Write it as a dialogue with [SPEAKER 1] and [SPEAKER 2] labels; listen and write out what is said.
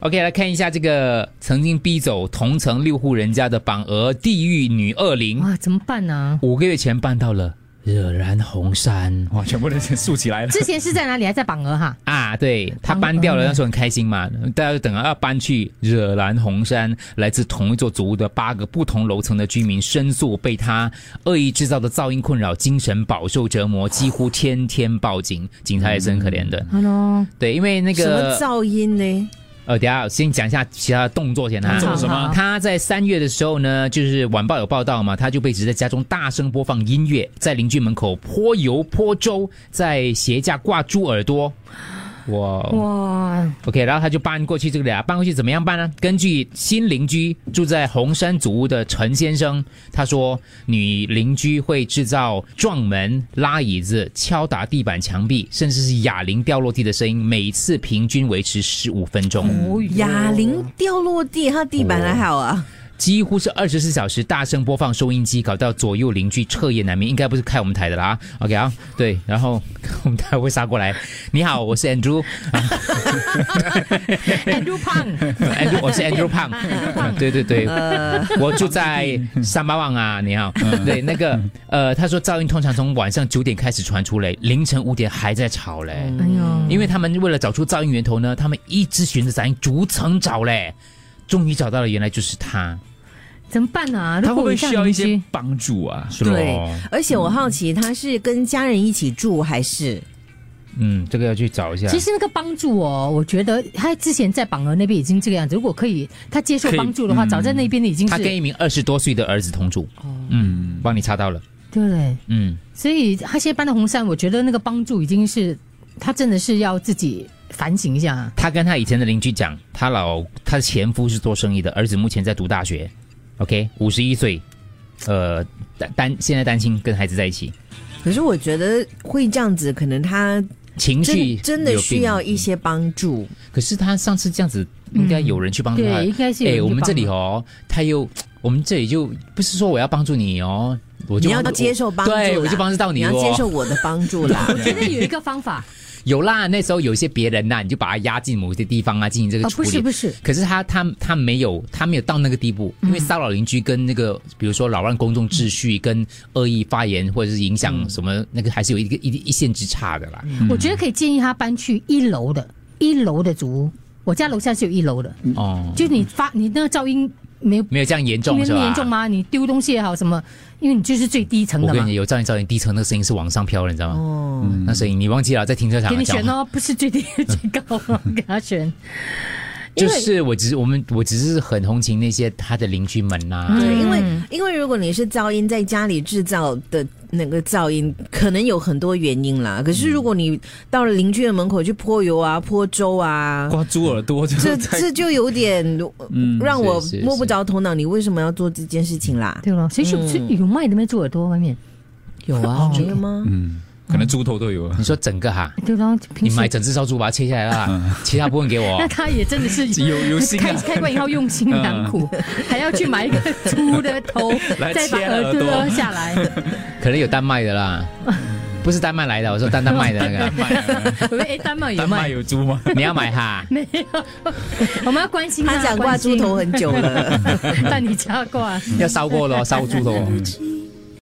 [SPEAKER 1] OK，来看一下这个曾经逼走同城六户人家的榜鹅地狱女恶
[SPEAKER 2] 嗯
[SPEAKER 1] 灵，
[SPEAKER 3] 哇，怎么办 呢、
[SPEAKER 1] 五个月前办到了，惹燃红山
[SPEAKER 2] 哇，全部都先竖起来了。
[SPEAKER 3] 之前是在哪里？还在榜鹅哈？
[SPEAKER 1] 啊！对他搬掉了，
[SPEAKER 3] 嗯
[SPEAKER 1] 那时候很开心嘛，大家就等着要搬去惹燃红山，来自同一座祖屋的八个不同楼层的居民申诉被他恶意制造的噪音困扰，精神饱受折磨，几乎天天报警，警察也是很可怜
[SPEAKER 2] 嗯
[SPEAKER 1] 的。
[SPEAKER 3] Hello，
[SPEAKER 1] 对，因为那
[SPEAKER 4] 什么
[SPEAKER 1] 个
[SPEAKER 4] 噪音呢？
[SPEAKER 1] 呃，等一下先讲一下其他的动作先啊。
[SPEAKER 3] 他
[SPEAKER 2] 做了什
[SPEAKER 3] 好
[SPEAKER 2] 么
[SPEAKER 3] 好？
[SPEAKER 1] 他在三月的时候呢，就是晚报有报道嘛，他就被指在家中大声播放音乐，在邻居门口泼油泼粥，在鞋架挂猪耳朵。哇
[SPEAKER 2] 哦
[SPEAKER 3] 哇，
[SPEAKER 1] ，OK，然后他就搬过去这里啊，搬过去怎么样搬呢？根据新邻居住在红山祖屋的陈先生，他说女邻居会制造撞门、拉椅子、敲打地板、墙壁，甚至是哑铃掉落地的声音，每次平均维持十五分钟。
[SPEAKER 3] 哦
[SPEAKER 4] 哑
[SPEAKER 1] 哦
[SPEAKER 4] 铃掉落地，它地板还好啊。
[SPEAKER 1] 几乎是二十四小时大声播放收音机，搞到左右邻居彻夜难眠。应该不是开我们台的啦啊，OK 啊，对，然后 我们台会杀过来。你好，我是 Andrew，Andrew
[SPEAKER 3] 很入胖，
[SPEAKER 1] 我是 Andrew 胖，对对对，
[SPEAKER 4] 呃，
[SPEAKER 1] 我住在三八旺啊。你好，对那个呃，他说噪音通常从晚上九点开始传出来，凌晨五点还在吵嘞。
[SPEAKER 3] 哎呦，
[SPEAKER 1] 因为他们为了找出噪音源头呢，他们一直循着杂音逐层找嘞，终于找到了，原来就是他，
[SPEAKER 3] 怎么办啊？
[SPEAKER 2] 他
[SPEAKER 3] 如
[SPEAKER 2] 会不
[SPEAKER 3] 果
[SPEAKER 2] 会
[SPEAKER 3] 你这
[SPEAKER 2] 需
[SPEAKER 3] 样
[SPEAKER 2] 要一
[SPEAKER 3] 邻
[SPEAKER 2] 些
[SPEAKER 3] 居，
[SPEAKER 2] 帮助啊？
[SPEAKER 1] 是
[SPEAKER 4] 对
[SPEAKER 1] 咯。，
[SPEAKER 4] 而且我好奇，他是跟家人一起住还是？
[SPEAKER 1] 嗯，这个要去找一
[SPEAKER 2] 啊
[SPEAKER 1] 下。
[SPEAKER 3] 其实那个帮助哦，我觉得他之前在榜鹅那边已经这个样子。如果可以，他接受
[SPEAKER 2] 可以
[SPEAKER 3] 帮助的话，
[SPEAKER 2] 嗯
[SPEAKER 3] 早在那边已经
[SPEAKER 1] 他
[SPEAKER 3] 是
[SPEAKER 1] 跟一名二十多岁的儿子同住。
[SPEAKER 4] 哦
[SPEAKER 1] 嗯，帮你查到了。
[SPEAKER 3] 对不对？
[SPEAKER 1] 嗯，
[SPEAKER 3] 所以他现在搬到红山，我觉得那个帮助已经是他真的是要自己反省一下啊。
[SPEAKER 1] 他跟他以前的邻居讲，他老他的前夫是做生意的，儿子目前在读大学，OK，五十一岁，呃，单单现在单亲，跟孩子在一起，
[SPEAKER 4] 可是我觉得会这样子，可能他
[SPEAKER 1] 情绪
[SPEAKER 4] 真真的
[SPEAKER 1] 有病
[SPEAKER 4] 需要一。些帮助。
[SPEAKER 1] 可是他上次这样子，应该有人去帮助他。
[SPEAKER 3] 对，应该是有人
[SPEAKER 1] 哎，
[SPEAKER 3] 去
[SPEAKER 1] 我们
[SPEAKER 3] 帮
[SPEAKER 1] 这里
[SPEAKER 3] 忙
[SPEAKER 1] 哦，他又我们这里就不是说我要帮助你哦，我就
[SPEAKER 4] 你要
[SPEAKER 1] 帮助
[SPEAKER 4] 接受帮助啦，
[SPEAKER 1] 对，我就帮助到
[SPEAKER 4] 你
[SPEAKER 1] 哦。
[SPEAKER 4] 要接受我的帮 助啦。
[SPEAKER 3] 现在有一个方 法
[SPEAKER 1] 有啦，那时候有一些别人呐、你就把他压进某些地方啊，进行这个
[SPEAKER 4] 哦
[SPEAKER 3] 啊，
[SPEAKER 1] 处
[SPEAKER 3] 不
[SPEAKER 1] 理。
[SPEAKER 3] 是不是，
[SPEAKER 1] 可是他他他没有他没有到那个地步，
[SPEAKER 3] 嗯
[SPEAKER 1] 因为骚扰邻居跟那个比如说扰乱公众秩序、跟恶意发言或者是影
[SPEAKER 3] 嗯
[SPEAKER 1] 响什么、那个还是有一个一一线之差的啦。
[SPEAKER 3] 我觉得可以建议他搬去一楼的，一楼的主屋。我家楼下是有一楼的，
[SPEAKER 1] 哦，
[SPEAKER 3] 就是你发你那个噪音没有
[SPEAKER 1] 没有这样严重
[SPEAKER 3] 没
[SPEAKER 1] 是
[SPEAKER 3] 那
[SPEAKER 1] 吧？
[SPEAKER 3] 么严重？吗？你丢东西也好什么，因为你就是最低层
[SPEAKER 1] 我
[SPEAKER 3] 的
[SPEAKER 1] 跟你
[SPEAKER 3] 嘛
[SPEAKER 1] 讲，。有噪音噪音低层那个声音是往上飘的，你知道吗？嗯
[SPEAKER 4] 哦，
[SPEAKER 1] 那声音你忘记了，在停车场
[SPEAKER 3] 给你
[SPEAKER 1] 讲
[SPEAKER 3] 选哦，不是最低 最高，给他选。
[SPEAKER 1] 就是我只是我们我只是很同情那些他的邻居们呐、
[SPEAKER 3] 嗯
[SPEAKER 4] 对，因为因为如果你是噪音在家里制造的那个噪音，可能有很多原因啦。可是如果你到了邻居的门口去泼油啊、泼粥啊，
[SPEAKER 2] 刮猪耳朵就
[SPEAKER 4] 这
[SPEAKER 2] 是在
[SPEAKER 4] 这就有点
[SPEAKER 2] 嗯
[SPEAKER 4] 让我
[SPEAKER 1] 是是是
[SPEAKER 4] 摸不着头脑，你为什么要做这件事情啦？
[SPEAKER 3] 对了，谁是
[SPEAKER 4] 嗯
[SPEAKER 3] 是有卖的没？猪耳朵外面
[SPEAKER 4] 有啊，
[SPEAKER 3] 哦
[SPEAKER 4] 真的吗？
[SPEAKER 2] 嗯，可能猪头都有了啊
[SPEAKER 1] 你。说整个哈，
[SPEAKER 3] 对了，
[SPEAKER 1] 你啊
[SPEAKER 3] 平
[SPEAKER 1] 买
[SPEAKER 3] 时
[SPEAKER 1] 整只烧猪把它切下来啦， 其他部分给我
[SPEAKER 3] 那。他也真的是
[SPEAKER 2] 有有心
[SPEAKER 3] 开
[SPEAKER 2] 啊
[SPEAKER 3] 开关以后用心良苦，还要去买一个猪的头
[SPEAKER 2] 来，
[SPEAKER 3] 再把
[SPEAKER 2] 切
[SPEAKER 3] 耳
[SPEAKER 2] 耳朵
[SPEAKER 3] 朵下来。
[SPEAKER 1] 可能有丹麦的 啦，不是丹麦来的，我说丹丹麦的那
[SPEAKER 2] 丹 麦啊，
[SPEAKER 3] 我们哎，丹麦有
[SPEAKER 2] 丹麦
[SPEAKER 3] 卖，
[SPEAKER 2] 有猪吗？
[SPEAKER 1] 个，你要买哈？
[SPEAKER 3] 没 有？我们要关心
[SPEAKER 4] 他
[SPEAKER 3] 啊
[SPEAKER 4] 想挂猪头，很久了。
[SPEAKER 3] 关心但你家挂。
[SPEAKER 1] 要烧过咯，烧猪头。
[SPEAKER 5] 记